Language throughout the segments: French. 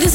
this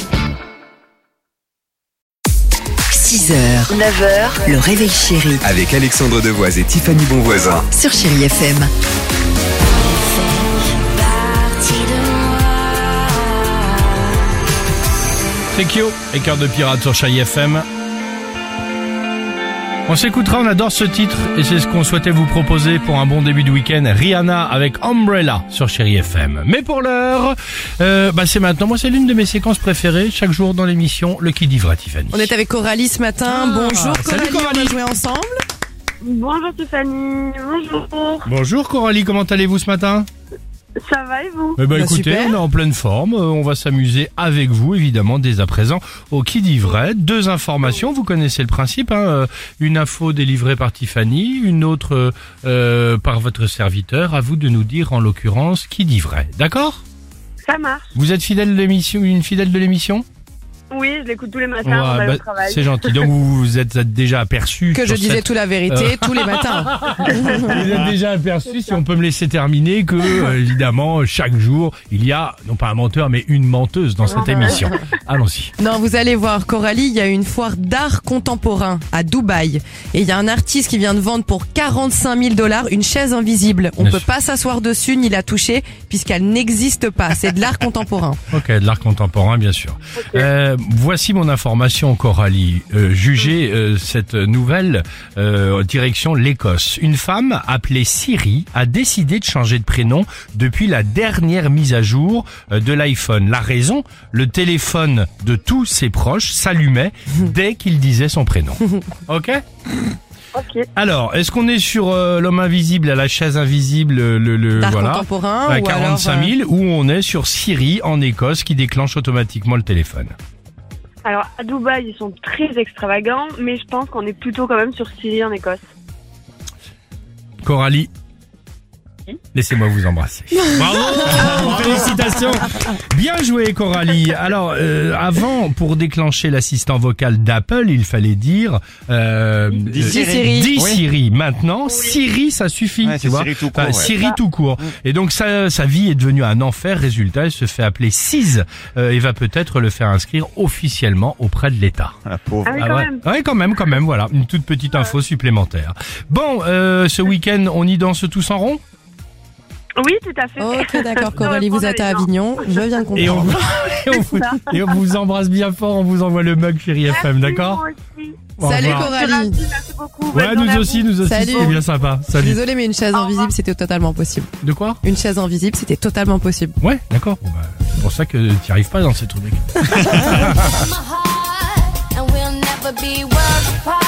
6h, 9h, le réveil chéri avec Alexandre Devoise et Tiffany Bonvoisin. sur Chérie FM. Thank you et cœur de pirate sur Chai FM. On s'écoutera, on adore ce titre et c'est ce qu'on souhaitait vous proposer pour un bon début de week-end. Rihanna avec Umbrella sur Chéri FM. Mais pour l'heure, euh, bah c'est maintenant. Moi, c'est l'une de mes séquences préférées. Chaque jour dans l'émission, le qui dit vrai, Tiffany. On est avec Coralie ce matin. Bonjour Ah, salut Coralie, on Coralie. va jouer ensemble. Bonjour Tiffany, bonjour. Bonjour Coralie, comment allez-vous ce matin Ça va et vous Eh ben, Bah, écoutez, super. on est en pleine forme. Euh, On va s'amuser avec vous, évidemment, dès à présent. Au qui dit vrai, deux informations. Vous connaissez le principe. hein, euh, Une info délivrée par Tiffany, une autre euh, euh, par votre serviteur. À vous de nous dire, en l'occurrence, qui dit vrai. D'accord Ça marche. Vous êtes fidèle de l'émission, une fidèle de l'émission Oui, je l'écoute tous les matins, on Ouais, va bah, au travail. C'est gentil. Donc vous vous êtes déjà aperçu Que sur je cette- Euh. disais tout la vérité tous les matins. Vous êtes déjà aperçu, si on peut me laisser terminer, que euh, évidemment, chaque jour, il y a, non pas un menteur, mais une menteuse dans cette émission. Allons-y. Non, vous allez voir, Coralie, il y a une foire d'art contemporain à Dubaï. Et il y a un artiste qui vient de vendre pour 45 000 dollars une chaise invisible. On Bien peut sûr. pas s'asseoir dessus ni la toucher puisqu'elle n'existe pas. C'est de l'art contemporain. Ok, de l'art contemporain, bien sûr. Euh, voici mon information, Coralie. Euh, jugez euh, cette nouvelle euh, direction l'Écosse. Une femme appelée Siri a décidé de changer de prénom depuis la dernière mise à jour euh, de l'iPhone. La raison Le téléphone de tous ses proches s'allumait dès qu'il disait son prénom. Ok Ok. Alors, est-ce qu'on est sur euh, l'homme invisible à la chaise invisible, euh, le, le D'art voilà, Bah, contemporain à ou 45 alors, euh, 000, ou on est sur Siri en Écosse qui déclenche automatiquement le téléphone Alors, à Dubaï, ils sont très extravagants, mais je pense qu'on est plutôt quand même sur Syrie en Écosse. Coralie, laissez-moi vous embrasser. Bravo Félicitations Bien joué Coralie. Alors, euh, avant, pour déclencher l'assistant vocal d'Apple, il fallait dire... Euh, Dis euh, Siri. dis Oui. Siri. Maintenant, Siri, ça suffit. Ouais, tu c'est vois Siri tout court, Enfin, ouais. Mm. Siri tout court. Et donc sa, sa vie est devenue un enfer. Résultat, elle se fait appeler Sise euh, et va peut-être le faire inscrire officiellement auprès de l'État. La pauvre. Ah oui, Ah quand ouais. même. Ouais, quand même, quand même. Voilà, une toute petite info supplémentaire. Bon, euh, ce week-end, on y danse tous en rond Oui, tout à fait. euh, Ok, d'accord, Coralie, vous êtes à Avignon. Je viens de et on, comprendre. vous, et, on vous, et on vous embrasse bien fort. On vous envoie le mug chérie FM, Ah, d'accord Au Salut revoir. Coralie. Merci beaucoup. Ouais, bonne journée à nous vous. aussi, nous aussi. Salut. C'est bien sympa. Salut. Désolée, mais une chaise invisible, c'était totalement possible. De quoi Une chaise invisible, c'était totalement possible. Ouais, d'accord. Bon, bah, c'est pour ça que t'y arrives pas dans ces trucs. And we'll never be worlds apart.